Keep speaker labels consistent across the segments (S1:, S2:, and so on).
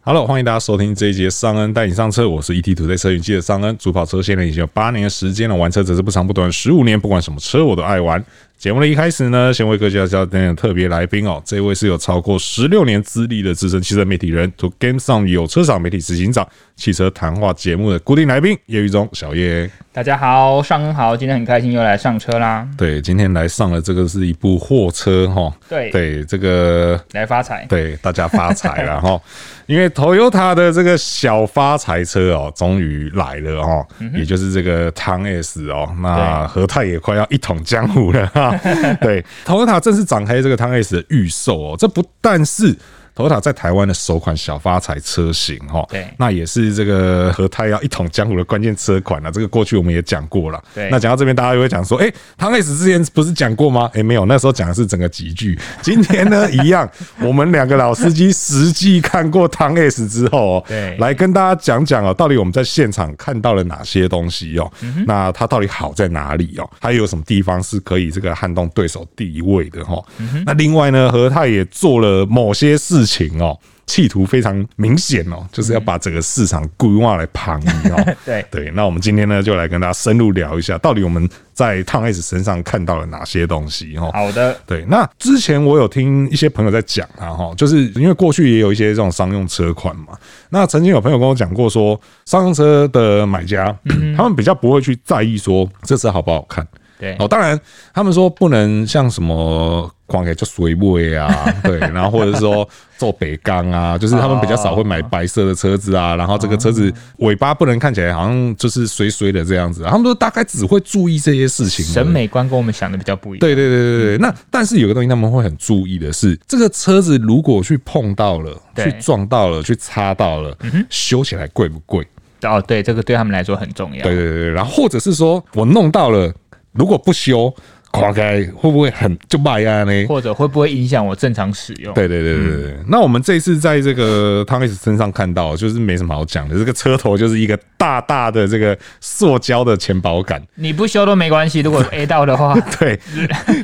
S1: Hello，欢迎大家收听这一节尚恩带你上车，我是 ET 土 o 车云记的尚恩。主跑车现在已经有八年的时间了，玩车则是不长不短，十五年，不管什么车我都爱玩。节目的一开始呢，先为各位介绍今天的特别来宾哦，这位是有超过十六年资历的资深汽车媒体人，To Game 上有车厂媒体执行长，汽车谈话节目的固定来宾叶玉忠小叶。
S2: 大家好，上恩好，今天很开心又来上车啦，
S1: 对，今天来上了这个是一部货车哈，
S2: 对
S1: 对，这个
S2: 来发财。
S1: 对，大家发财了 哈！因为 Toyota 的这个小发财车哦，终于来了哦，也就是这个汤 S 哦，那和泰也快要一统江湖了哈。 对，Toyota 正式展开这个汤 S 的预售哦，这不但是。Toyota 在台湾的首款小发财车型，哈，
S2: 对
S1: 那也是这个和泰要一统江湖的关键车款啊了、这个过去我们也讲过了，
S2: 对
S1: 那讲到这边，大家就会讲说，哎、汤 S 之前不是讲过吗？哎、没有，那时候讲的是整个集聚。 今天呢，一样，我们两个老司机实际看过汤 S 之后、哦，
S2: 对
S1: 来跟大家讲讲哦，到底我们在现场看到了哪些东西哦？
S2: 嗯
S1: 那它到底好在哪里哦？还有什么地方是可以这个撼动对手地位的哦？
S2: 嗯
S1: 那另外呢，和泰也做了某些事情哦。企图非常明显哦，就是要把整个市场规划来旁移哦。
S2: 嗯 对
S1: 对，那我们今天呢，就来跟大家深入聊一下，到底我们在烫 S 身上看到了哪些东西哦。
S2: 好的，
S1: 对，那之前我有听一些朋友在讲啊，哈，就是因为过去也有一些这种商用车款嘛。那曾经有朋友跟我讲过说，商用车的买家，他们比较不会去在意说这车好不好看。
S2: 对
S1: 哦，当然他们说不能像什么光给叫水尾啊， 对，然后或者是说做北钢啊，就是他们比较少会买白色的车子啊，然后这个车子尾巴不能看起来好像就是衰衰的这样子啊，他们说大概只会注意这些事情而已，
S2: 审美观跟我们想的比较不一样。
S1: 对对对对对。那但是有个东西他们会很注意的是，这个车子如果去碰到了、
S2: 对
S1: 去撞到了、去擦到了，修起来贵不贵？
S2: 对，哦，对，这个对他们来说很重要。
S1: 对对对对。然后或者是说我弄到了，如果不修，垮开会不会很就卖啊呢？
S2: 或者会不会影响我正常使用？，
S1: 对对对对对对。那我们这一次在这个汤 S 身上看到，就是没什么好讲的，这个车头就是一个大大的这个塑胶的前保杆。
S2: 你不修都没关系。如果 A 到的话，
S1: 对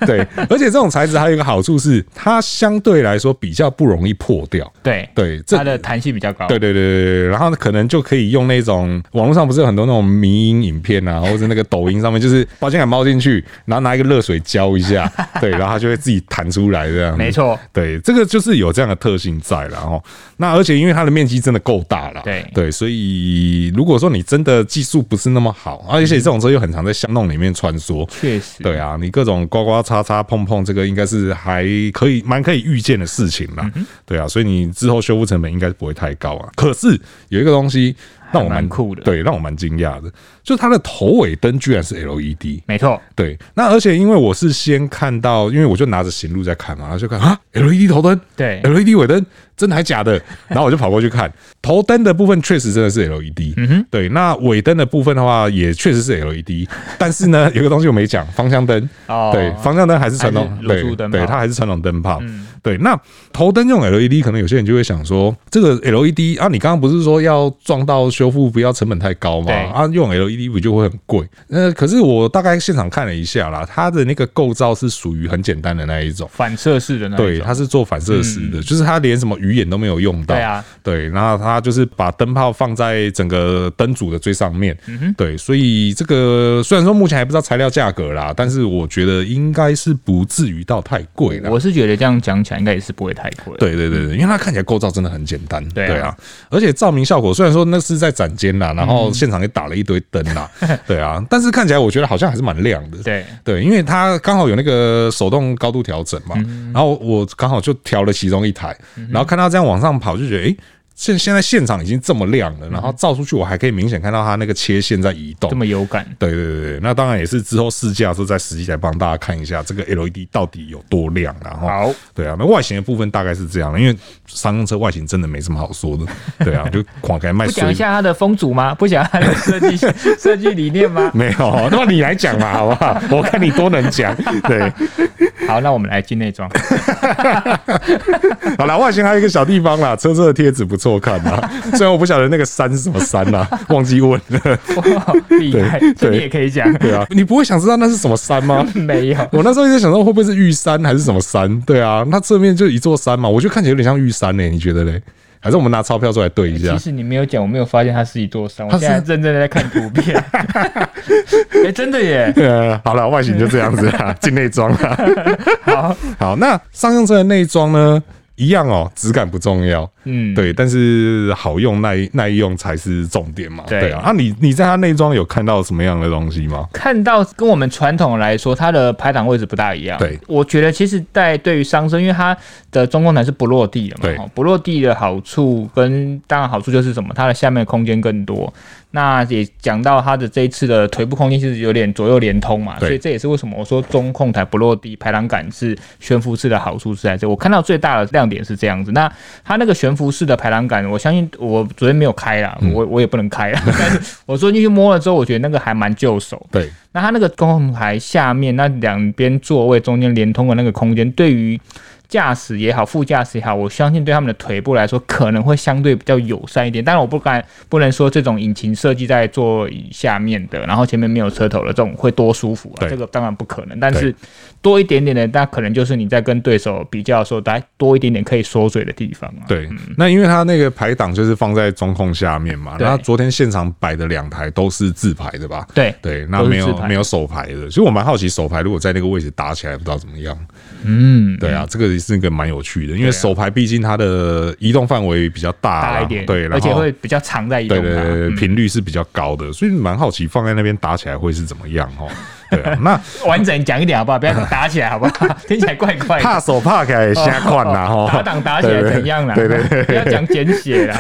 S1: 对，而且这种材质还有一个好处是，它相对来说比较不容易破掉。
S2: 对，
S1: 对，这
S2: 它的弹性比较高。
S1: 对对对对对，然后可能就可以用那种网络上不是有很多那种迷因影片啊， 或者那个抖音上面，就是保险杆猫进去，然后拿一个热水浇一 下，对，然后它就会自己弹出来这样。
S2: 没错，
S1: 对，这个就是有这样的特性在了哦。那而且因为它的面积真的够大了，
S2: 对
S1: 对，所以如果说你真的技术不是那么好，而且这种车又很常在巷弄里面穿梭，
S2: 确实。
S1: 对啊，你各种刮刮擦擦碰碰，这个应该是还可以蛮可以预见的事情
S2: 嗯
S1: 啦。对啊，所以你之后修复成本应该不会太高啊。可是有一个东西让我
S2: 还
S1: 蛮
S2: 蛮酷的
S1: 对，让我蛮惊讶的，就是它的头尾灯居然是 LED。
S2: 没错，
S1: 对，那而且因为我是先看到，因为我就拿着行路在看嘛，然后就看啊，LED 头灯，
S2: 对
S1: ，LED E 尾灯，真的还假 的？然后我就跑过去看，头灯的部分确实真的是 LED，嗯哼，对，那尾灯的部分的话也确实是 LED，但是呢，有个东西我没讲，方向灯，
S2: 哦
S1: 对，方向灯还是传统
S2: 还，是卤
S1: 对
S2: 猪灯泡嗯
S1: 对，它还是传统灯泡，对，那头灯用 LED，可能有些人就会想说，这个 LED 啊，你刚刚不是说要撞到修复不要成本太高吗？
S2: 对
S1: 啊，用 LED 不就会很贵？呃，可是我大概现场看了一下啦，它的那个构造是属于很简单的那一种。
S2: 反射式的那一
S1: 对，
S2: 种。嗯
S1: 它是做反射式的，就是它连什么鱼眼都没有用到。
S2: 对啊，
S1: 对，然后它就是把灯泡放在整个灯组的最上面。
S2: 嗯
S1: 对，所以这个虽然说目前还不知道材料价格啦，但是我觉得应该是不至于到太贵啦。
S2: 我是觉得这样讲起来应该也是不会太贵。，
S1: 对对对对，因为它看起来构造真的很简单，
S2: 对啊
S1: 而且照明效果虽然说那是在展间啦，然
S2: 嗯
S1: 后现场也打了一堆灯 啦，对啊，但是看起来我觉得好像还是蛮亮的，
S2: 对
S1: 对，因为它刚好有那个手动高度调整嘛，
S2: 嗯
S1: 然后我刚好就调了其中一台，然后看它这样往上跑就觉得，诶，现现在现场已经这么亮了，然后照出去我还可以明显看到它那个切线在移动
S2: 嗯这，么有感。
S1: 对对对对，那当然也是之后试驾的时候再实际来帮大家看一下这个 LED 到底有多亮，然后
S2: 好，
S1: 对啊，那外形的部分大概是这样的，因为商用车外形真的没什么好说 的，对啊，就狂给它卖
S2: 不
S1: 水
S2: 讲一下它的风阻吗？不讲它的设 计设计理念吗？
S1: 没有，那么你来讲嘛，好不好？我看你多能讲。对，
S2: 好，那我们来进内装。
S1: 好了，外形还有一个小地方啦，车车的贴纸不错看 啦。虽然我不晓得那个山是什么山 啦，忘记问了。
S2: 哇， 厉害
S1: 对，
S2: 这你
S1: 对
S2: 也可以讲。
S1: 对啊，你不会想知道那是什么山吗？
S2: 没有，
S1: 我那时候一直想说会不会是玉山还是什么山？对啊，那侧面就一座山嘛，我觉得看起来有点像玉山呢、你觉得嘞？还是我们拿钞票出来对一下
S2: 其？实你没有讲，我没有发现它是一座山，我
S1: 它
S2: 现
S1: 是
S2: 在认真的在看图 片。 哎、真的耶！
S1: 呃，好了，外形就这样子 啦，进内装啦。
S2: 好，
S1: 好，那商用车的内装呢，一样哦，质感不重要，
S2: 嗯，
S1: 对，但是好用耐耐用才是重点嘛。
S2: 对
S1: 对啊，啊你你在它内装有看到什么样的东西吗？
S2: 看到跟我们传统来说，它的排档位置不大一样。
S1: 对，
S2: 我觉得其实，在对于商车，因为它的中控台是不落地的嘛，
S1: 对
S2: 哦不落地的好处跟当然好处就是什么，它的下面的空间更多。那也讲到它的这一次的腿部空间其实有点左右连通嘛，
S1: 对
S2: 所以这也是为什么我说中控台不落地、排挡杆是悬浮式的好处是在这。我看到最大的亮点是这样子。那它那个悬浮式的排挡杆，我相信我昨天没有开啦，
S1: 嗯
S2: 我我也不能开啦。但是我昨天去摸了之后，我觉得那个还蛮就手。
S1: 对，
S2: 那它那个中控台下面那两边座位中间连通的那个空间，对于驾驶也好，副驾驶也好，我相信对他们的腿部来说可能会相对比较友善一点。当然，我不敢不能说这种引擎设计在座椅下面的，然后前面没有车头的这种会多舒服啊
S1: 对，
S2: 这个当然不可能。但是多一点点的，那可能就是你在跟对手比较的时候，来多一点点可以缩嘴的地方啊。
S1: 对，那因为它那个排档就是放在中控下面嘛，
S2: 对
S1: 然后昨天现场摆的两台都是自排的吧？
S2: 对
S1: 对，那
S2: 都是
S1: 没
S2: 自
S1: 有
S2: 排
S1: 没有手排的，所以我蛮好奇手排如果在那个位置打起来，不知道怎么样。
S2: 嗯，
S1: 对啊，这个是个蛮有趣的，因
S2: 对
S1: 为
S2: 啊
S1: 手排毕竟它的移动范围比较大啦，
S2: 大一点，
S1: 对，然
S2: 而且
S1: 后
S2: 会比较长在移动
S1: 对
S2: 它。
S1: 对对，
S2: 嗯
S1: 频率是比较高的，所以蛮好奇放在那边打起来会是怎么样哦。 对啊，那
S2: 完整讲一点好不好？不要打起来好不好？ 听起来怪怪的。
S1: 怕手怕开瞎看啦吼。
S2: 打档打起来怎样啦？
S1: 哦对对对
S2: 不要讲简写啦，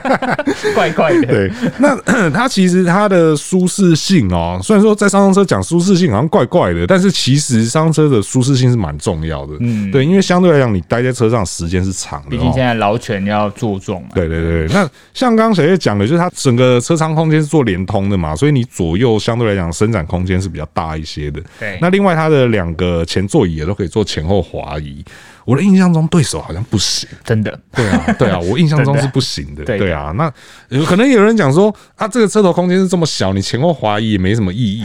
S2: 怪怪的。
S1: 对，那 它其实它的舒适性哦，虽然说在商用车讲舒适性好像怪怪的，但是其实商用车的舒适性是蛮重要的。嗯，对，因为相对来讲，你待在车上时间是长的、哦，
S2: 毕竟现在劳权要注重嘛。
S1: 对对对，那像刚刚小叶讲的，就是它整个车舱空间是做连通的嘛，所以你左右相对来讲伸展空间是比较大一些的。
S2: 对
S1: 那另外它的两个前座椅也都可以做前后滑移。我的印象中，对手好像不行。
S2: 真的，
S1: 对啊， 对啊，我印象中
S2: 真
S1: 是
S2: 的
S1: 不行的。
S2: 对
S1: 对啊，那有可能有人讲说啊，这个车头空间是这么小，你前后滑移也没什么意 义。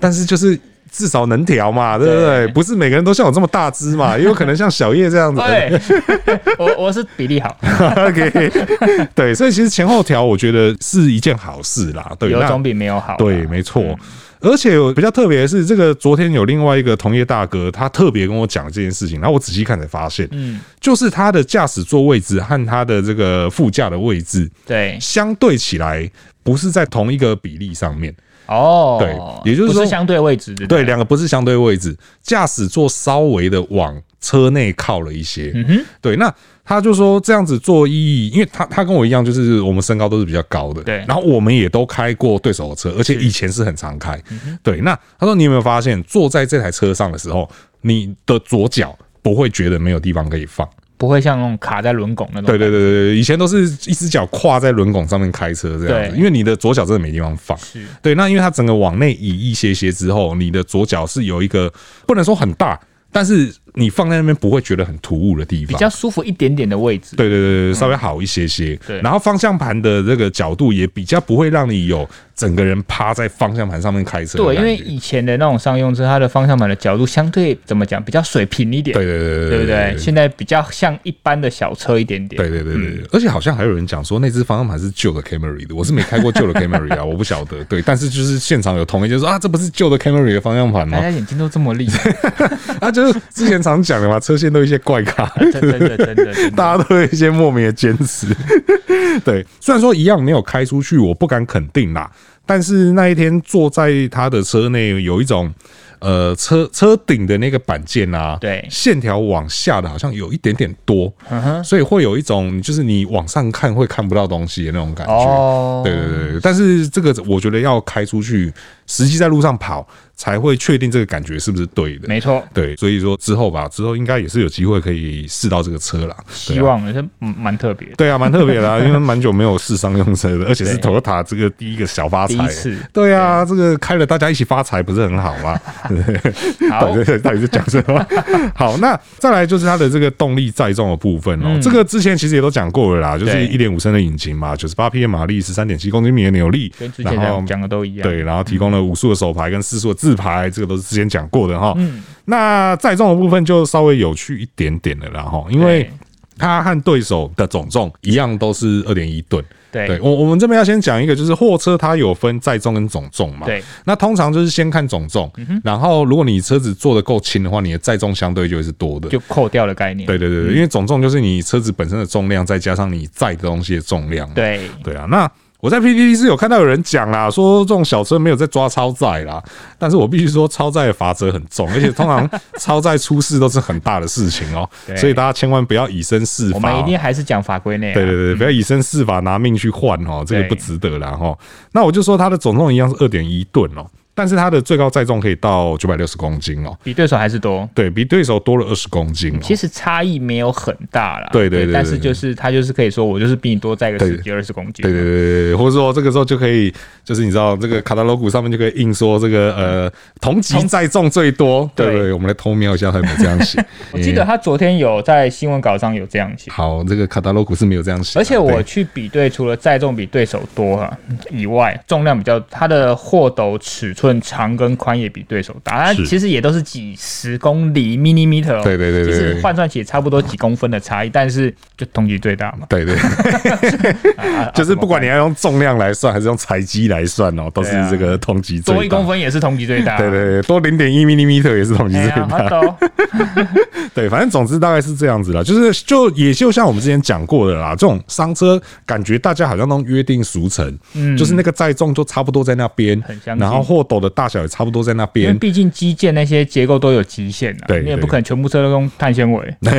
S1: 但是就是至少能调嘛，对不对？
S2: 对
S1: 不是每个人都像我这么大只嘛，也有可能像小叶这样子。
S2: 对，哎 我我是比例好，
S1: OK，对， 所以其实前后调，我觉得是一件好事啦。对，
S2: 有
S1: 那
S2: 总比没有好啦。嗯
S1: 对，没错。而且有比较特别的是，这个昨天有另外一个同业大哥，他特别跟我讲这件事情，然后我仔细看才发现，嗯，就是他的驾驶座位置和他的这个副驾的位置
S2: 对
S1: 相对起来不是在同一个比例上面，
S2: 哦，
S1: 对也就是
S2: 不
S1: 说
S2: 是相对位置的，
S1: 对，两个不是相对位置，驾驶座稍微的往车内靠了一些。嗯哼，对，那他就说这样子做意义，因为他他跟我一样，就是我们身高都是比较高的，
S2: 对
S1: 然后我们也都开过对手的车，而且以前是嗯很常开。对，那他说你有没有发现，坐在这台车上的时候，你的左脚不会觉得没有地方可以放？
S2: 不会像那种卡在轮拱那种。
S1: 对对对对对，以前都是一只脚跨在轮拱上面开车这样子，
S2: 对
S1: 因为你的左脚真的没地方放。
S2: 是
S1: 对，那因为它整个往内移一些些之后，你的左脚是有一个不能说很大，但是你放在那边不会觉得很突兀的地
S2: 比
S1: 方。
S2: 较舒服一点点的位置。
S1: 对对对对，稍微好一些些。
S2: 对
S1: 然后方向盘的这个角度也比较不会让你有整个人趴在方向盘上面开车的
S2: 对，
S1: 感觉。
S2: 因为以前的那种商用车，它的方向盘的角度相对怎么讲，比较水平一点。
S1: 对对对
S2: 对
S1: 对
S2: 不对？现在比较像一般的小车一点点。
S1: 对对对对，
S2: 嗯
S1: 而且好像还有人讲说那只方向盘是旧的 Camry 的，我是没开过旧的 Camry 啊，我 不晓得。对，但是就是现场有同业就说啊，这不是旧的 Camry 的方向盘吗
S2: 大？家哎眼睛都这 么利，
S1: 啊，就是之前常讲的嘛，车线都一些怪咖，
S2: 真的真的真的真的。
S1: 大家都有一些莫名的坚持。 对，虽然说一样没有开出去，我不敢肯定啦。但是那一天坐在他的车内，有一种呃车车顶的那个板件啊，
S2: 对
S1: 线条往下的好像有一点点多，
S2: 嗯哼，
S1: 所以会有一种就是你往上看会看不到东西的那种感觉。
S2: 哦，
S1: 对对对对，但是这个我觉得要开出去，实际在路上跑才会确定这个感觉是不是对的。
S2: 没错，
S1: 对，所以说之后吧，之后应该也是有机会可以试到这个车啦。对啊
S2: 希望这嗯蛮特别的。
S1: 对啊，蛮特别的、啊，因为蛮久没有试商用车的，而且是
S2: 对
S1: Toyota 这个第一个小发财。
S2: 第一次
S1: 对啊，这个开了大家一起发财，不是很好吗？
S2: 好，
S1: 对对，到底是讲什 么？好，那再来就是它的这个动力载重的部分哦、这个之前其实也都讲过了啦，就是
S2: 嗯对
S1: 一点五升的引擎嘛，九十八匹的马力，十三点七公斤米的扭力
S2: 跟之，前
S1: 然后
S2: 讲讲的都一样。，
S1: 对，然后嗯提供了五速的手排跟四速的自排，这个都是之前讲过的哈。嗯，那载重的部分就稍微有趣一点点了啦哈，因为
S2: 对。
S1: 它和对手的总重一样都是二点一吨。对
S2: 对
S1: 我我们这边要先讲一个，就是货车它有分载重跟总重嘛。
S2: 对，嗯
S1: 那通常就是先看总重，然后如果你车子做的够轻的话，你的载重相对就会是多的。
S2: 就扣掉的概念。
S1: 对对对对，因为总重就是你车子本身的重量，再加上你载的东西的重量嘛。
S2: 对
S1: 对啊，那我在 PPT 是有看到有人讲啦，说这种小车没有在抓超载啦，但是我必须说超载的罚则很重，而且通常超载出事都是很大的事情哦、
S2: 对
S1: 所以大家千万不要以身试
S2: 我
S1: 法、
S2: 们一
S1: 哦。
S2: 定还是讲法规内啊。
S1: 对对对，不要以身试法，拿命去换哦，这个
S2: 对
S1: 不值得啦哈。那我就说它的总重一样是二点一吨哦，但是它的最高载重可以到九百六十公斤哦，
S2: 比对手还是多。
S1: 对比对手多了二十公斤、哦。
S2: 其实差异没有很大啦，
S1: 对对对对
S2: 但是就是他就是可以说我就是比你多载个
S1: 对
S2: 十几二十公斤，
S1: 对对对对对，或者说这个时候就可以，就是你知道这个卡达罗古上面就可以印说这个呃同级载重最多，对
S2: 对
S1: 不对？我们来偷瞄一下他有没有这样写。
S2: 我记得他昨天有在新闻稿上有这样写，
S1: 好，这个卡达罗古是没有这样写啊，
S2: 而且我
S1: 对
S2: 去比对，除了载重比对手多啊以外，重量比较，它的货斗尺寸长跟宽也比对手大，它
S1: 是
S2: 其实也都是几十公里 millimeter，、哦、
S1: 对对对对
S2: 其
S1: 对
S2: 实换算起也差不多几公分的差异，但是就同级最大嘛，
S1: 对对，
S2: 啊
S1: 就是不管你
S2: 啊
S1: 要用重量来算，还是用材积来算哦，都是
S2: 对啊
S1: 这个同级
S2: 怎么办多一
S1: 最大
S2: 公。分也是同级最大，啊
S1: 对对对，多零点一 m 米 m 也是同级
S2: 哎
S1: 最
S2: 呀，
S1: 大。
S2: 好抖
S1: 对，反正总之大概是这样子啦，就是就也就像我们之前讲过的啦，这种商车感觉大家好像都约定俗成，嗯，就是那个载重就差不多在那边
S2: 很相，近
S1: 然后货斗的大小 也差不多在那
S2: 因为
S1: 边，
S2: 毕竟基建那些结构都有极限啊，
S1: 对
S2: 你也
S1: 对
S2: 不可能全部车都用碳纤 维，那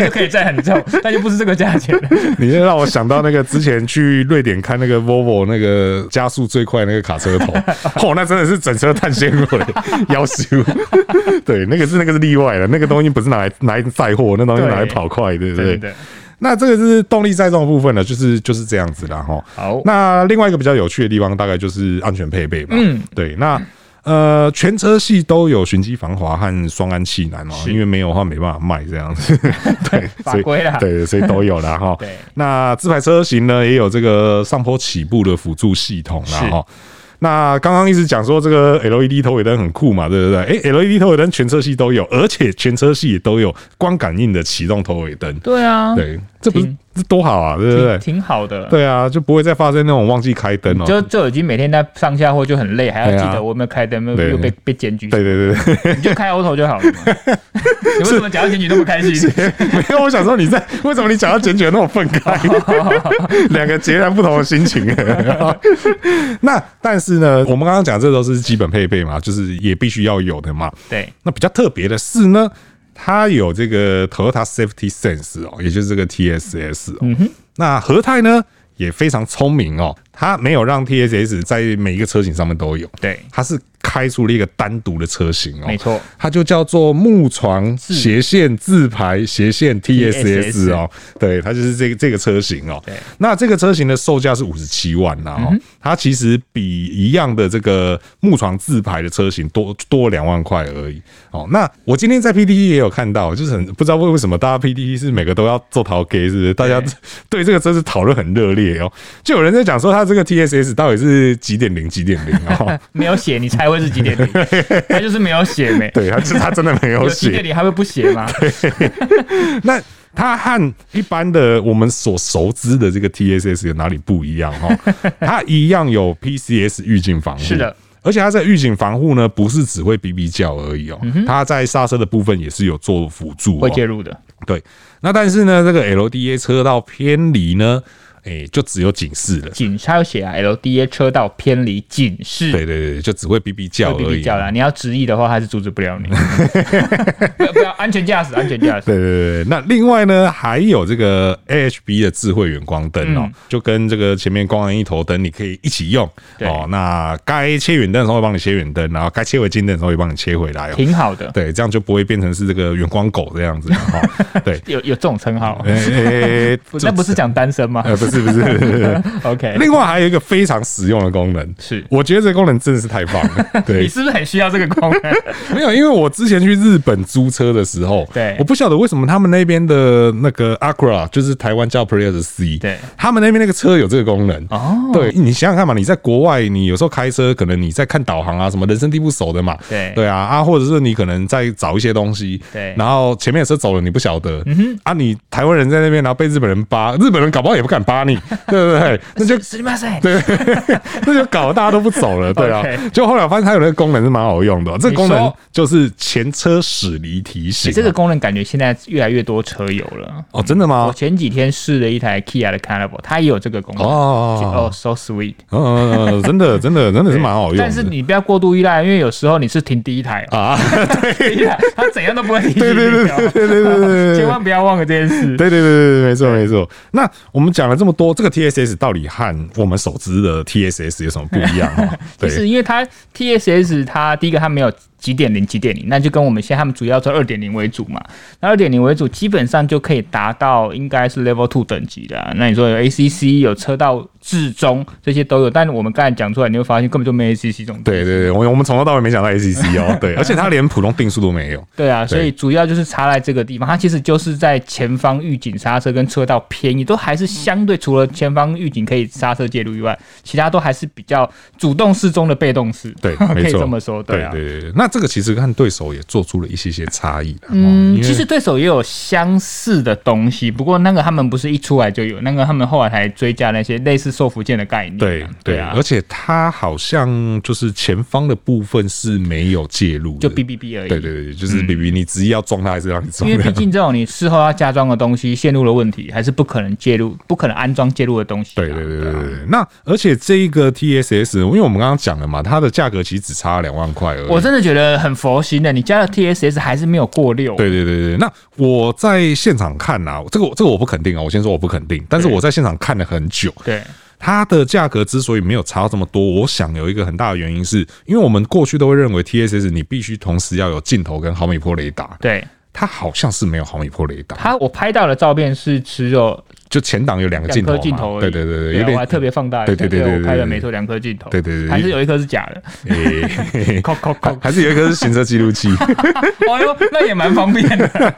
S2: 就可以载很重，那就不是这个价钱了。
S1: 你就让我想到那个之前去瑞典看那个 Volvo 那个加速最快那个卡车头，哦，那真的是整车碳纤维，要修。 对，那个是那个是例外了，那个东西不是拿来拿来载货，那东西拿来
S2: 对
S1: 跑快，对不对
S2: 真？的
S1: 那这个是动力载重的部分呢，就是就是这样子啦哈。
S2: 好
S1: 那另外一个比较有趣的地方，大概就是安全配备吧。嗯，对，那。呃，全车系都有循迹防滑和双安气囊哦，因为没有的话没办法卖这样 子，对，
S2: 法
S1: 所以
S2: 规啦
S1: 对，所以都有啦哈。
S2: 对
S1: 那自排车型呢也有这个上坡起步的辅助系统啦
S2: 是
S1: 哈。那刚刚一直讲说这个 LED 头尾灯很酷嘛，对不对？哎、l e d 头尾灯全车系都有，而且全车系也都有光感应的启动头尾灯，
S2: 对啊，
S1: 对，这不是
S2: 挺
S1: 这多好啊，对不对
S2: 挺？挺好的。
S1: 对啊，就不会再发生那种忘记开灯哦。
S2: 就就已经每天在上下货就很累，还要
S1: 对啊
S2: 记得我有没有开灯，有没
S1: 对
S2: 有又被被检举，
S1: 对对对对，
S2: 你就开 auto 就好 了嘛。你为什么讲到检举那么开心？
S1: 没有，我想说你在为什么你讲到检举那么愤慨，两个截然不同的心情。 那但是呢，我们刚刚讲这都是基本配备嘛，就是也必须要有的嘛。
S2: 对，
S1: 那比较特别的是呢，它有这个 Toyota Safety Sense 哦，也就是这个 TSS 哦。
S2: 嗯
S1: 那和泰呢也非常聪明哦，它没有让 TSS 在每一个车型上面都有，
S2: 对
S1: 它是开出了一个单独的车型哦，
S2: 没错，
S1: 它就叫做木床斜线自排斜线 TSS 哦，对，它就是这个这个车型哦
S2: 对。
S1: 那这个车型的售价是五十七万啦哦，它其实比一样的这个木床自排的车型多多两万块而已哦。那我今天在 PDE 也有看到，就是很不知道为为什么大家 PDE 是每个都要做淘 K，是不是？大家 对这个车子讨论很热烈哦，就有人在讲说它这个 TSS 到底是几点零几点零哦。
S2: 没有写你猜会是几点零？他就是没有写没。
S1: 对，它它真的没有
S2: 有
S1: 写
S2: 几，点零还会不 写吗？
S1: 那它和一般的我们所熟知的这个 TSS 有哪里不一样哦？ 它一样有 PCS 预警防护，
S2: 是的。
S1: 而且它在预警防护呢，不是只会哔哔叫而已哦，它在刹车的部分也是有做辅助、哦，
S2: 嗯会介入的，
S1: 对，那但是呢，这个 LDA 车道偏离呢，诶、就只有警示了。
S2: 警察有写啊，LDA 车道偏离警示。
S1: 对对对，就只会哔哔叫而已
S2: 会哔
S1: 啊哦
S2: 哔。叫啦。你要执意的话，还是阻止不 了你。不要不要，安全驾驶，安全驾驶。
S1: 对对对，那另外呢，还有这个 AHB 的智慧远光灯哦，
S2: 嗯就
S1: 就跟这个前面光源一头灯，你可以一起用
S2: 对
S1: 哦。那该切远灯的时候会帮你切远灯，然后该切回近灯的时候会帮你切回来哦。
S2: 挺好的，
S1: 对，这样就不会变成是这个远 光狗这样子了哈、哦。对，
S2: 有有这种称号。
S1: 诶、欸
S2: 那不是讲单身吗？
S1: 呃，不是，是不 是？
S2: OK，
S1: 另外还有一个非常实用的功能，
S2: 是
S1: 我觉得这个功能真的是太棒了。
S2: 你
S1: 对，
S2: 是不是很需要这个功能？
S1: 没有，因为我之前去日本租车的时候，
S2: 对
S1: 我不晓得为什么他们那边的那个 Acura，就是台湾叫 Prius C，
S2: 对
S1: 他们那边那个车有这个功能。
S2: 哦，
S1: 对你想想看嘛，你在国外，你有时候开车，可能你在看导航啊，什么人生地不熟的嘛，
S2: 对
S1: 对啊啊，或者是你可能在找一些东西，
S2: 对嗯
S1: 然后前面的车走了，你不晓得，啊，你台湾人在那边，然后被日本人扒，日本人搞不好也不敢扒你，对不对？ 那就
S2: 十八岁，
S1: 对，那就搞得大家都不走了，对啊
S2: OK。
S1: 就后来我发现它有那个功能是蛮好用的哦，这个
S2: 你
S1: 功能
S2: 说
S1: 就是前车驶离提醒啊。
S2: 这个功能感觉现在越来越多车友了。
S1: 哦，真的
S2: 我
S1: 吗？
S2: 前几天试了一台 Kia 的 Carnival，它也有这个功能。
S1: 哦
S2: 哦，so sweet，
S1: 嗯嗯嗯嗯，真的真的真的是蛮好用的。
S2: 但是你不要过度依赖，因为有时候你是停第一台 哦，
S1: 啊，
S2: 第一台它怎样都不会提醒
S1: 对对对
S2: 你
S1: 对
S2: 哦，
S1: 对对对对对，
S2: 千万不要忘了这件事。
S1: 对对对对对，没错没错。那我们讲了这么多，这个 TSS 到底和我们熟知的 TSS 有什么不一样哦？
S2: 其
S1: 对
S2: 实因为它 TSS 它第一个它没有几点零几点零，那就跟我们现在他们主要做二点零为主嘛。那二点零为主，基本上就可以达到应该是 Level Two 等级的啊、那你说有 ACC 有车道至中这些都有，但我们刚才讲出来，你会发现根本就没 ACC 这种东西。
S1: 对对对，我我们从头到尾没讲到 ACC 哦，对，而且它连普通定速都没有。
S2: 对啊，
S1: 对
S2: 所以主要就是差在这个地方，它其实就是在前方预警刹车跟车道偏移都还是相对，除了前方预警可以刹车介入以外，其他都还是比较主动式中的被动式，
S1: 对
S2: 可
S1: 没
S2: 以
S1: 错
S2: 这么说，
S1: 对
S2: 啊。
S1: 对对，那这个其实看对手也做出了一些些差异啦。哦
S2: 嗯，
S1: 因为
S2: 其实对手也有相似的东西，不过那个他们不是一出来就有，那个他们后来还追加那些类似受福件的概念啊、
S1: 对对
S2: 对啊
S1: 而，且它好像就是前方的部分是没有介入的，
S2: 就 B B B 而已。
S1: 对对对，就是 B B，你执意要撞它还是让你撞
S2: 嗯因为毕
S1: 的。
S2: 竟这种你事后要加装的东西，线路的问题还是不可能介入、不可能安装介入的东西、啊。
S1: 对对对对对对，那而且这一个 TSS，因为我们刚刚讲了嘛，它的价格其实只差两万块而已。
S2: 我真的觉得很佛心的，你加了 TSS 还是没有过六。
S1: 对对对对，那我在现场看啊，这个这个我不肯定啊，我先说我不肯定，但是
S2: 对
S1: 我在现场看了很久，
S2: 对
S1: 它的价格之所以没有差到这么多，我想有一个很大的原因是，因为我们过去都会认为 TSS 你必须同时要有镜头跟毫米波雷达，
S2: 对，
S1: 它好像是没有毫米波雷达，
S2: 它我拍到的照片是只有
S1: 就前挡有两个
S2: 两
S1: 镜头
S2: 颗
S1: 嘛，
S2: 镜头而已，
S1: 对对对对，
S2: 啊
S1: 有点
S2: 我还特别放大一下，
S1: 对对对对
S2: 因为
S1: 对
S2: 我
S1: 对
S2: 拍的
S1: 对
S2: 没错，两颗镜头，
S1: 对对对
S2: 还是有一颗是假 的，
S1: 诶嘿 嘿
S2: 扣扣扣，
S1: 还是有一个是行车记录器，
S2: 哎呦，那也蛮方便的，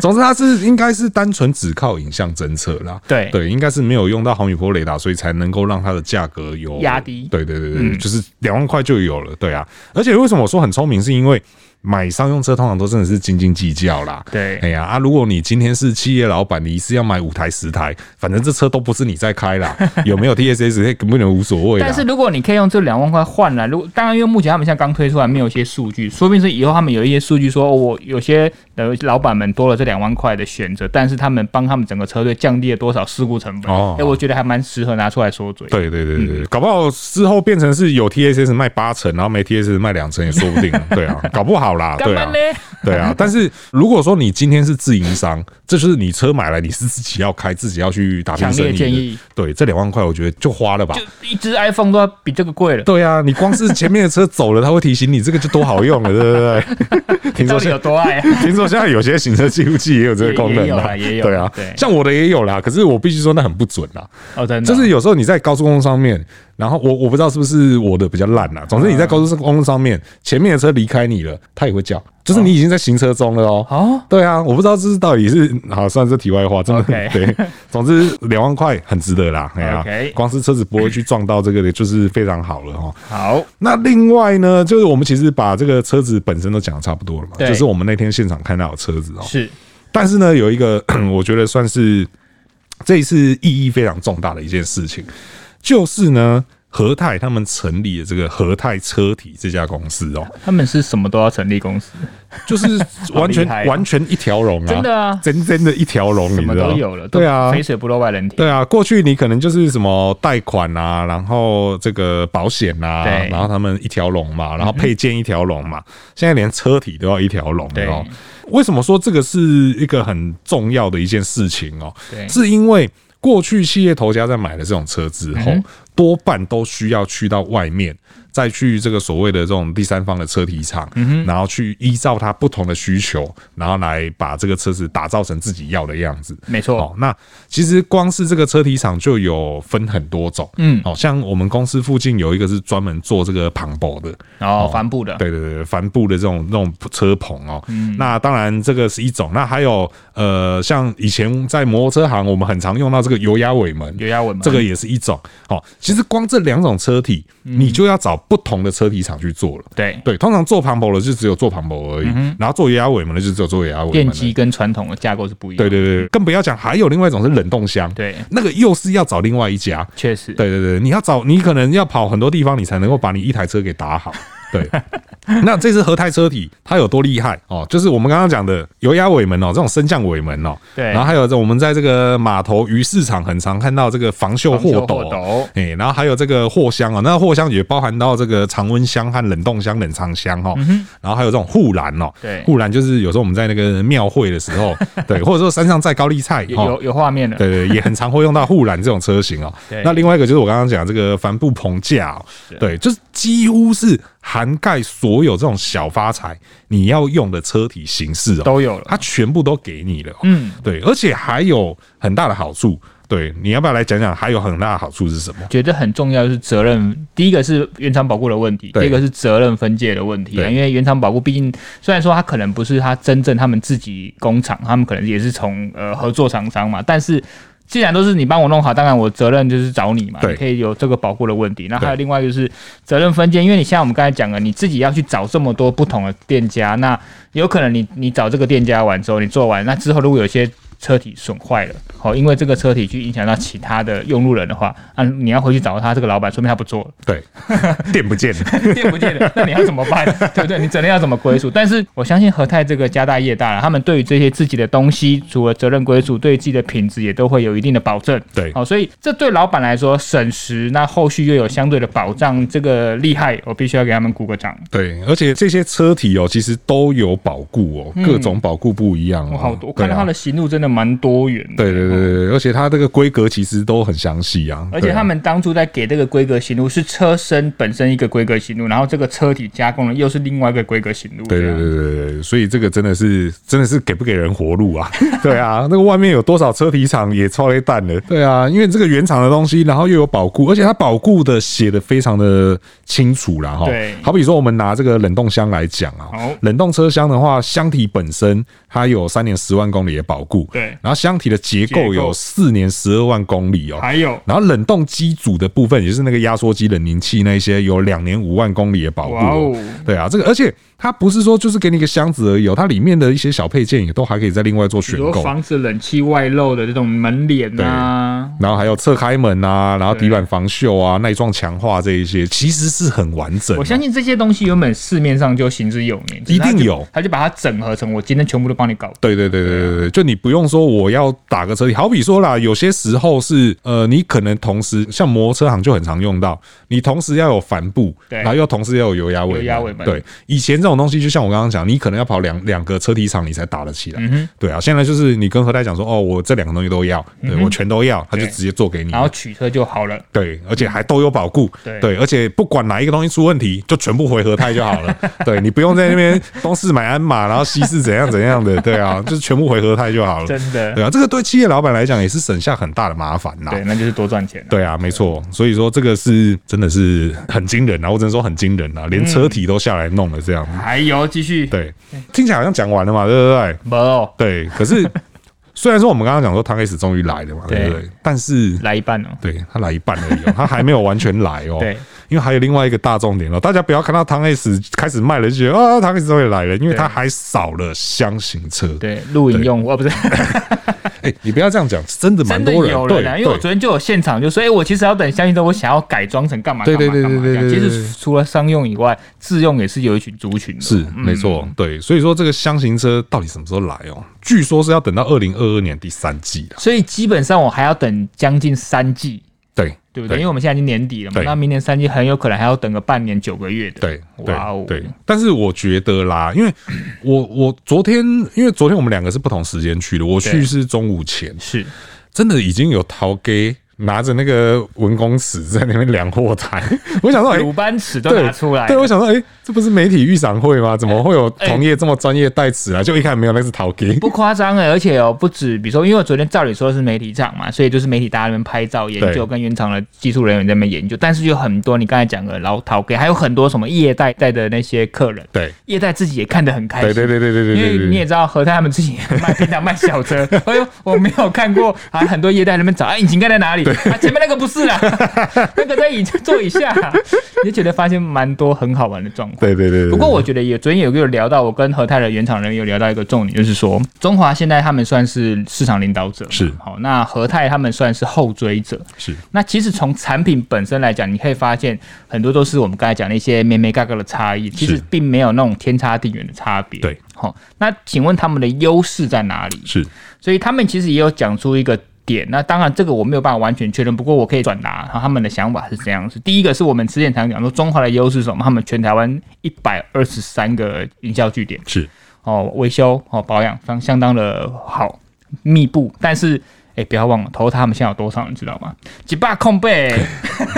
S1: 总之它是应该是单纯只靠影像侦测啦，
S2: 对
S1: 对，应该是没有用到毫米波雷达，所以才能够让它的价格有
S2: 压低嗯
S1: 对对对对，就是两万块就有了，对啊。而且为什么我说很聪明，是因为买商用车通常都真的是斤斤计较啦。
S2: 对
S1: 哎呀啊，如果你今天是企业老板，你一次要买五台十台，反正这车都不是你在开啦，有没有 TSS 根本就无所谓啦。
S2: 但是如果你可以用这两万块换来，如果当然，因为目前他们现在刚推出来，没有一些数据，说不定是以后他们有一些数据说，哦我有些的老板们多了这两万块的选择，但是他们帮他们整个车队降低了多少事故成本？
S1: 哦
S2: 哎、我觉得还蛮适合拿出来说嘴。
S1: 对啊对对
S2: 嗯
S1: 对，搞不好之后变成是有 TSS 卖八成，然后没 TSS 卖两成也说不定，对啊，搞不好啦，
S2: 干
S1: 对
S2: 嘛
S1: 啊
S2: 呢，？
S1: 对 啊。但是如果说你今天是自营商，这就是你车买来你是自己要开，自己要去打拼
S2: 强
S1: 生
S2: 烈
S1: 意
S2: 建
S1: 的
S2: 议，
S1: 对，这两万块我觉得就花了吧。
S2: 就一只 iPhone 都要比这个贵 了，
S1: 对啊，你光是前面的车走了，它会提醒你，这个就多好用了，对不 对？听
S2: 到
S1: 说
S2: 底
S1: 现
S2: 有多 爱、啊？
S1: 听说现在有些行车记录器也有这个
S2: 也
S1: 功能
S2: 也有
S1: 啦，
S2: 啦也有
S1: 对啊
S2: 对，
S1: 像我的也有啦，可是我必须说那很不准啊啦。
S2: 哦，真的，
S1: 就是有时候你在高速公路上面，然后我我不知道是不是我的比较烂
S2: 啊
S1: 啦、总之你在高速公路上面，前面的车离开你了，它也会叫，就是你已经在行车中了哦。
S2: 哦，
S1: 对啊，我不知道这是到底是好，算是题外话，真的
S2: OK
S1: 对。 总之两万块很值得啦，哎呀
S2: OK
S1: 光是车子不会去撞到这个的，就是非常好了哈。
S2: 好，
S1: 那另外呢，就是我们其实把这个车子本身都讲的差不多了嘛，
S2: 对
S1: 就是我们那天现场看到的车子哦。
S2: 是
S1: 但是呢，有一个 我觉得算是这一次意义非常重大的一件事情，就是呢，和泰他们成立了这个和泰车体这家公司 哦，
S2: 他们是什么都要成立公司，
S1: 啊就是完全、
S2: 好厉害哦
S1: 完全一条龙啊，
S2: 真的啊
S1: 真真的一条龙，
S2: 什
S1: 你
S2: 么
S1: 知道
S2: 都有了，
S1: 对啊
S2: 都。肥水不落外人田，
S1: 对啊，过去你可能就是什么贷款啊，然后这个保险啊，
S2: 对嗯
S1: 然后他们一条龙嘛，然后配件一条龙嘛，现在连车体都要一条龙了哦。为什么说这个是一个很重要的一件事情哦？
S2: 对
S1: 是因为过去企业头家在买了这种车之后，
S2: 嗯哼
S1: 多半都需要去到外面，再去这个所谓的这种第三方的车体厂，
S2: 嗯
S1: 然后去依照它不同的需求，然后来把这个车子打造成自己要的样子。
S2: 没错
S1: 哦，那其实光是这个车体厂就有分很多种，
S2: 嗯
S1: 哦，像我们公司附近有一个是专门做这个磅礴的，
S2: 然后帆布的，
S1: 哦对对对，帆布的这种那种车棚哦。
S2: 嗯
S1: 那当然这个是一种，那还有呃，像以前在摩托车行，我们很常用到这个油压尾门，
S2: 有压纹吗？
S1: 这个也是一种。哦，其实光这两种车体，
S2: 嗯
S1: 你就要找不同的车体厂去做了。
S2: 对，
S1: 对，通常做磅礴的就只有做磅礴而已，然后做油压尾门的就只有做油压尾门而已。
S2: 嗯电机跟传统的架构是不一样
S1: 对
S2: 的。
S1: 对对，更不要讲，还有另外一种是冷冻箱，
S2: 对
S1: 那个又是要找另外一家。
S2: 确实，
S1: 对对对，你要找你可能要跑很多地方，你才能够把你一台车给打好。对， 那这次合泰车体它有多厉害哦？就是我们刚刚讲的油压尾门哦，这种升降尾门哦，
S2: 对
S1: 然后还有这我们在这个码头鱼市场很常看到这个防锈货斗
S2: 防锈货斗，
S1: 哎、然后还有这个货箱哦，那货箱也包含到这个常温箱和冷冻箱、冷藏箱哦，然后还有这种护栏哦，
S2: 对
S1: 护栏就是有时候我们在那个庙会的时候，对，或者说山上摘高丽菜，
S2: 有
S1: 哦
S2: 有有画面了。
S1: 对对，也很常会用到护栏这种车型哦
S2: 对。
S1: 那另外一个就是我刚刚讲这个帆布棚架、哦，对，就是几乎是涵盖所有这种小发财你要用的车体形式哦，
S2: 都有了
S1: 它全部都给你了、哦。
S2: 嗯，
S1: 对，而且还有很大的好处。对，你要不要来讲讲还有很大的好处是什么？
S2: 觉得很重要的是责任，第一个是原厂保固的问题，第
S1: 对
S2: 二个是责任分界的问题啊。
S1: 对
S2: 因为原厂保固毕竟虽然说它可能不是它真正他们自己工厂，他们可能也是从呃合作厂商嘛，但是。既然都是你帮我弄好，当然我责任就是找你嘛，
S1: 对
S2: 你可以有这个保护的问题。那还有
S1: 对
S2: 另外就是责任分界，因为你像我们刚才讲的，你自己要去找这么多不同的店家，那有可能你你找这个店家完之后，你做完那之后，如果有些车体损坏了，好、因为这个车体去影响到其他的用路人的话，啊，你要回去找他这个老板，说明他不做了，
S1: 对，电不见了。
S2: 见不见的，那你要怎么办？对不对？你责任要怎么归属？但是我相信和泰这个家大业大了，他们对于这些自己的东西，除了责任归属，对自己的品质也都会有一定的保证。哦
S1: 对
S2: 好、所以这对老板来说省时，那后续又有相对的保障，这个厉害，我必须要给他们鼓个掌。
S1: 对，而且这些车体哦，其实都有保固哦，各种保固不一样哦。
S2: 我嗯好多，我看到
S1: 对啊
S2: 他的行路真的蛮多元的。
S1: 对对对对，对而且它这个规格其实都很详细啊。
S2: 而且
S1: 对啊
S2: 他们当初在给这个规格行路是车身本身一个规格行路，然后这个车体加工了又是另外一个规格行路。
S1: 对
S2: 这
S1: 对
S2: 样
S1: 对对对，所以这个真的是真的是给不给人活路啊？对啊，那个外面有多少车体厂也超累蛋了。对啊，因为这个原厂的东西，然后又有保固，而且它保固的写的非常的清楚啦哈。
S2: 对
S1: 好比说我们拿这个冷冻箱来讲啊
S2: 好，
S1: 冷冻车厢的话，箱体本身它有三年十万公里的保固，
S2: 对
S1: 然后箱体的结
S2: 结
S1: 构
S2: 构
S1: 有四年十二万公里哦，
S2: 还有
S1: 然后冷冻机组的部分，也就是那个压缩机、冷凝器那一些，有两年五万公里的保护、
S2: 哇哦
S1: 对啊，这个而且它不是说就是给你一个箱子而已、哦，它里面的一些小配件也都还可以再另外做
S2: 比
S1: 选
S2: 如
S1: 购。
S2: 防止冷气外漏的这种门帘啊，
S1: 然后还有侧开门啊，然后
S2: 对
S1: 底板防锈啊、耐撞强化这一些，其实是很完整、
S2: 我相
S1: 信
S2: 信这些东西原本市面上就行之有年，只是他
S1: 一定
S2: 就
S1: 有
S2: 他就把它整合成我今天全部都帮你搞。
S1: 对对对对对
S2: 啊
S1: 对，就你不用说我要打个车体，好比说啦，有些时候是呃，你可能同时像摩托车行就很常用到，你同时要有帆布，
S2: 对
S1: 然后又同时要有油压尾
S2: 油压尾门
S1: 对，以前这种东西就像我刚刚讲，你可能要跑两两个车体厂你才打得起
S2: 嗯
S1: 来，对啊，现在就是你跟何太讲说，哦，我这两个东西都要，对、我全都要，他就
S2: 嗯对
S1: 直接做给你
S2: 然。后取车就好了，
S1: 对，而且还都有保固，
S2: 对
S1: 而且不管哪一个东西出问题，就全部回合泰就好 了。对你不用在那边东市买鞍马，然后西市怎样怎样的，对啊，就是全部回合泰就好了。
S2: 真的，
S1: 对啊，这个对企业老板来讲也是省下很大的麻烦呐、
S2: 对，那就是多赚钱了。
S1: 对啊，没错，所以说这个是真的是很惊人啊，我只能说很惊人啊，连车体都下来弄了这样。
S2: 还有继续，
S1: 对，听起来好像讲完了嘛，对不对？
S2: 没哦有
S1: 对，可是 虽然说我们刚刚讲说汤 S 终于来了嘛，对不
S2: 对
S1: 对？但是
S2: 来一半哦。
S1: 对他来一半而已、哦，他还没有完全来哦。
S2: 对，
S1: 因为还有另外一个大重点哦，大家不要看到汤 S 开始卖了就觉得啊，汤 S 终于来了，因为
S2: 对
S1: 他还少了箱型车。
S2: 对，露营
S1: 对
S2: 用户哦，不是，
S1: 哎、你不要这样讲，真的蛮
S2: 真的
S1: 多人
S2: 有
S1: 对
S2: 人啊，因为我
S1: 对
S2: 昨天就有现场就说，哎、我其实要等相信车，我想要改装成干嘛干
S1: 对
S2: 嘛
S1: 对对
S2: 干嘛这
S1: 对
S2: 样。
S1: 对
S2: 其
S1: 对
S2: 实除了商用以外，自用也是有一群族群的。嗯
S1: 是没错，对，所以说这个箱型车到底什么时候来哦？据说是要等到二零二二年第三季啦。
S2: 所以基本上我还要等将近三季，
S1: 对，
S2: 对不对？因为我们现在已经年底了嘛，
S1: 对
S2: 那明年三季很有可能还要等个半年九个月的。
S1: 对，
S2: 哇哦，
S1: 对，对但是我觉得啦，因为我我昨天，因为昨天我们两个是不同时间去的，我
S2: 对
S1: 去是中午前，
S2: 是
S1: 真的已经有逃给，拿着那个文公尺在那边量货台， 我想说，哎、
S2: 鲁班尺都
S1: 对，
S2: 拿出来了，哎
S1: 对，我想说，哎、这不是媒体预赏会吗？怎么会有同业这么专业带尺啊？就一看没有，那是陶给。
S2: 不夸张哎，而且哦，不止，比如说，因为我昨天照理说是媒体场嘛，所以就是媒体大家在那边拍照研
S1: 对
S2: 究，跟原厂的技术人员在那边研究，但是有很多你刚才讲的老陶给，还有很多什么业代带的那些客人，
S1: 对，
S2: 业代自己也看得很开
S1: 对
S2: 心。
S1: 对对对对对对
S2: 因为
S1: 对
S2: 你也
S1: 对，
S2: 知道，和泰他们自己 也卖平常卖小 车，哎呦，我没有看过啊，很多业代在那边找，啊，引擎盖在哪里？啊，前面那个不 是啦，那个在椅座椅下，啊你就觉得发现蛮多很好玩的状况。
S1: 对对对对。
S2: 不过我觉得也昨天有个有聊到，我跟和泰的原厂人有聊到一个重点，就是说中华现在他们算是市场领导者嘛，
S1: 嗯是
S2: 好，那和泰他们算是后追者。
S1: 是
S2: 那其实从产品本身来讲，你可以发现很多都是我们刚才讲的一些咩咩嘎嘎的差异，其实
S1: 是
S2: 并没有那种天差地远的差别。
S1: 对，
S2: 好，那请问他们的优势在哪里？
S1: 是
S2: 所以他们其实也有讲出一个点。那当然，这个我没有办法完全确认，不过我可以转达他们的想法是这样子。第一个是我们之前常讲说中华的优势是什么？他们全台湾一百二十三个营销据点
S1: 是，
S2: 哦，维修哦保养相相当的好密布，但是。哎、不要忘了，投他们现在有多少，你知道吗？几把空背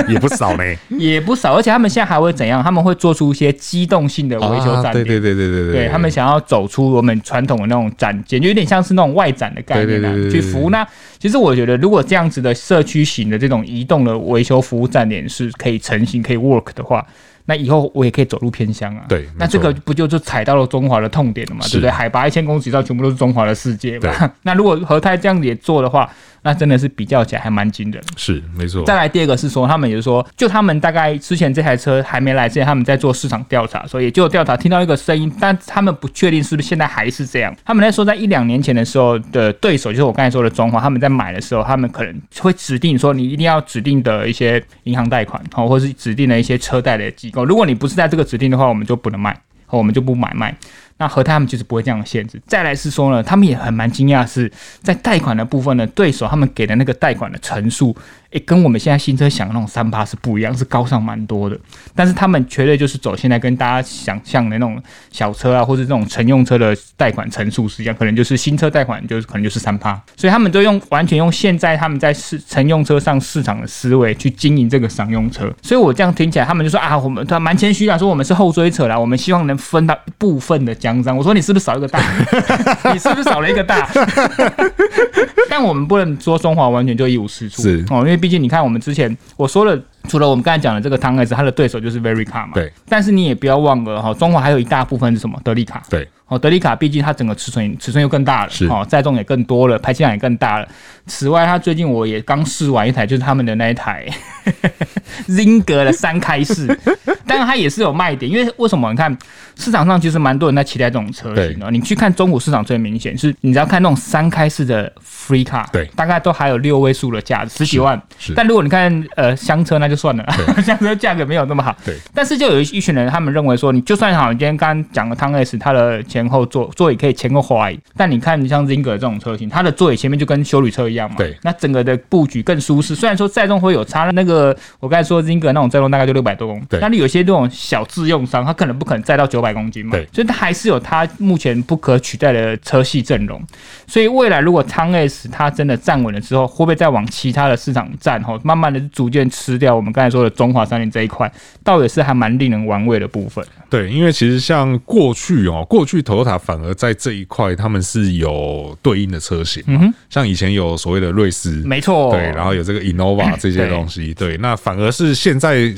S1: 也不少 呢。
S2: 也不少，而且他们现在还会怎样？他们会做出一些机动性的维修
S1: 啊
S2: 站点、
S1: 对对对对对
S2: 对他们想要走出我们传统的那种展间，就有点像是那种外展的概念啊，
S1: 对对对对
S2: 去服务。那其实我觉得，如果这样子的社区型的这种移动的维修服务站点是可以成型、可以 work 的话，那以后我也可以走入偏乡啊。
S1: 对
S2: 那
S1: 没错
S2: 这个不就就踩到了中华的痛点了嘛？
S1: 是
S2: 对不对？海拔一千公尺以上全部都是中华的世界嘛。 那如果和泰这样子也做的话，那真的是比较起来还蛮惊人的。
S1: 是没错。
S2: 再来第二个是说，他们也是说，就他们大概之前这台车还没来之前，他们在做市场调查，所以也就有调查听到一个声音，但他们不确定是不是现在还是这样。他们在说，在一两年前的时候的对手，就是我刚才说的中华，他们在买的时候，他们可能会指定说，你一定要指定的一些银行贷款，哦，或是指定的一些车贷的机构，如果你不是在这个指定的话，我们就不能卖，哦，我们就不买卖。那和泰他们就是不会这样限制。再来是说呢，他们也很蛮惊讶的是，在贷款的部分呢，对手他们给的那个贷款的层数，诶、跟我们现在新车想的那种三八是不一样，是高上蛮多的。但是他们绝对就是走现在跟大家想象的那种小车啊，或者这种乘用车的贷款层数是一样，可能就是新车贷款就是可能就是三趴，所以他们都用完全用现在他们在市乘用车上市场的思维去经营这个商用车。所以我这样听起来，他们就说啊，我们他蛮谦虚的，说我们是后追者啦，我们希望能分到一部分的江山。我说你是不是少一个大？你是不是少了一个大？ 但我们不能说中华完全就一无是处，
S1: 是
S2: 哦，因为毕竟你看我们之前我说了，除了我们刚才讲的这个汤儿子，他的对手就是 Verica 嘛，
S1: 对。
S2: 但是你也不要忘了哈、哦，中华还有一大部分是什么德利卡，
S1: 对
S2: 哦，德利卡毕竟它整个尺寸尺寸又更大了，
S1: 是
S2: 哦，载重也更多了，排气量也更大了。此外，它最近我也刚试完一台，就是他们的那一台 Zinger 的三开式，当然它也是有卖点，因为为什么？你看市场上其实蛮多人在期待这种车型的、你去看中古市场最明显是，你只要看那种三开式的 Free Car，
S1: 对
S2: 大概都还有六位数的价值，十几万。
S1: 是
S2: 但如果你看呃香车，那就算了， 香车价格没有那么好。
S1: 对
S2: 但是就有一一群人，他们认为说，你就算好，你今天刚刚讲的汤 S，它的前后座座椅可以前后滑移，但你看像 Zinger 这种车型，它的座椅前面就跟修旅车一样嘛，
S1: 对
S2: 那整个的布局更舒适。虽然说载重会有差，那个我刚才说 Zinger 那种载重大概就六百多公斤
S1: 对，
S2: 但是有些这种小自用商，它可能不可能载到九百公斤嘛
S1: 对，
S2: 所以它还是有它目前不可取代的车系阵容。所以未来如果汤 S 它真的站稳了之后，会不会再往其他的市场站？吼，慢慢的逐渐吃掉我们刚才说的中华三菱这一块，倒也是还蛮令人玩味的部分。
S1: 对，因为其实像过去哦，过去 Toyota 反而在这一块他们是有对应的车型，嗯哼，像以前有所谓的瑞斯，
S2: 没错，
S1: 对，然后有这个 Innova 这些
S2: 对
S1: 东西，对，那反而是现在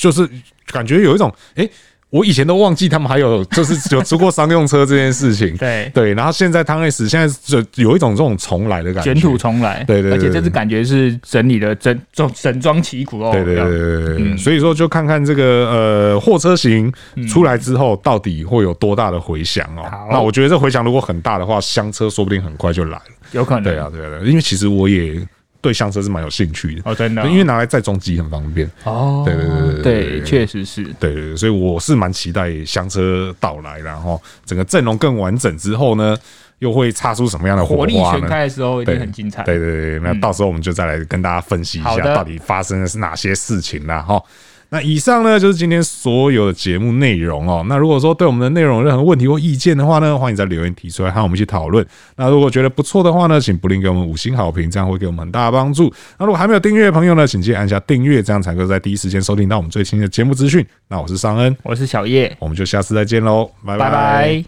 S1: 就是感觉有一种，诶，我以前都忘记他们还有就是有出过商用车这件事情，
S2: 对
S1: 对，然后现在汤 S 现在就有一种这种重来的感觉，
S2: 卷土重来，
S1: 对对对
S2: 而且这
S1: 对
S2: 次感觉是整理的整整整装旗鼓哦，
S1: 对对
S2: 这样
S1: 对对对对，所以说就看看这个呃货车型出来之后到底会有多大的回响哦
S2: 好。
S1: 那我觉得这回响如果很大的话，香车说不定很快就来了。
S2: 有可能，
S1: 对啊，对啊，对啊因为其实我也对香车是蛮有兴趣的，
S2: 哦，真的哦，
S1: 对因为拿来载重机很方便。
S2: 哦，
S1: 对对对对对
S2: 对，确实是，
S1: 对对对，所以我是蛮期待香车到来，然后整个阵容更完整之后呢，又会擦出什么样的火
S2: 火力
S1: 花
S2: 全
S1: 呢？
S2: 开的时候一
S1: 对，
S2: 定很精彩，
S1: 对对对，那到时候我们就再来跟大家分析一
S2: 哎好
S1: 下
S2: 的
S1: 到底发生的是哪些事情啦哈。齁那以上呢就是今天所有的节目内容哦。那如果说对我们的内容有任何问题或意见的话呢，欢迎在留言提出来，和我们一起讨论。那如果觉得不错的话呢，请不吝给我们五星好评，这样会给我们很大的帮助。那如果还没有订阅的朋友呢，请记得按下订阅，这样才能够在第一时间收听到我们最新的节目资讯。那我是尚恩，
S2: 我是小叶，
S1: 我们就下次再见喽，拜
S2: 拜拜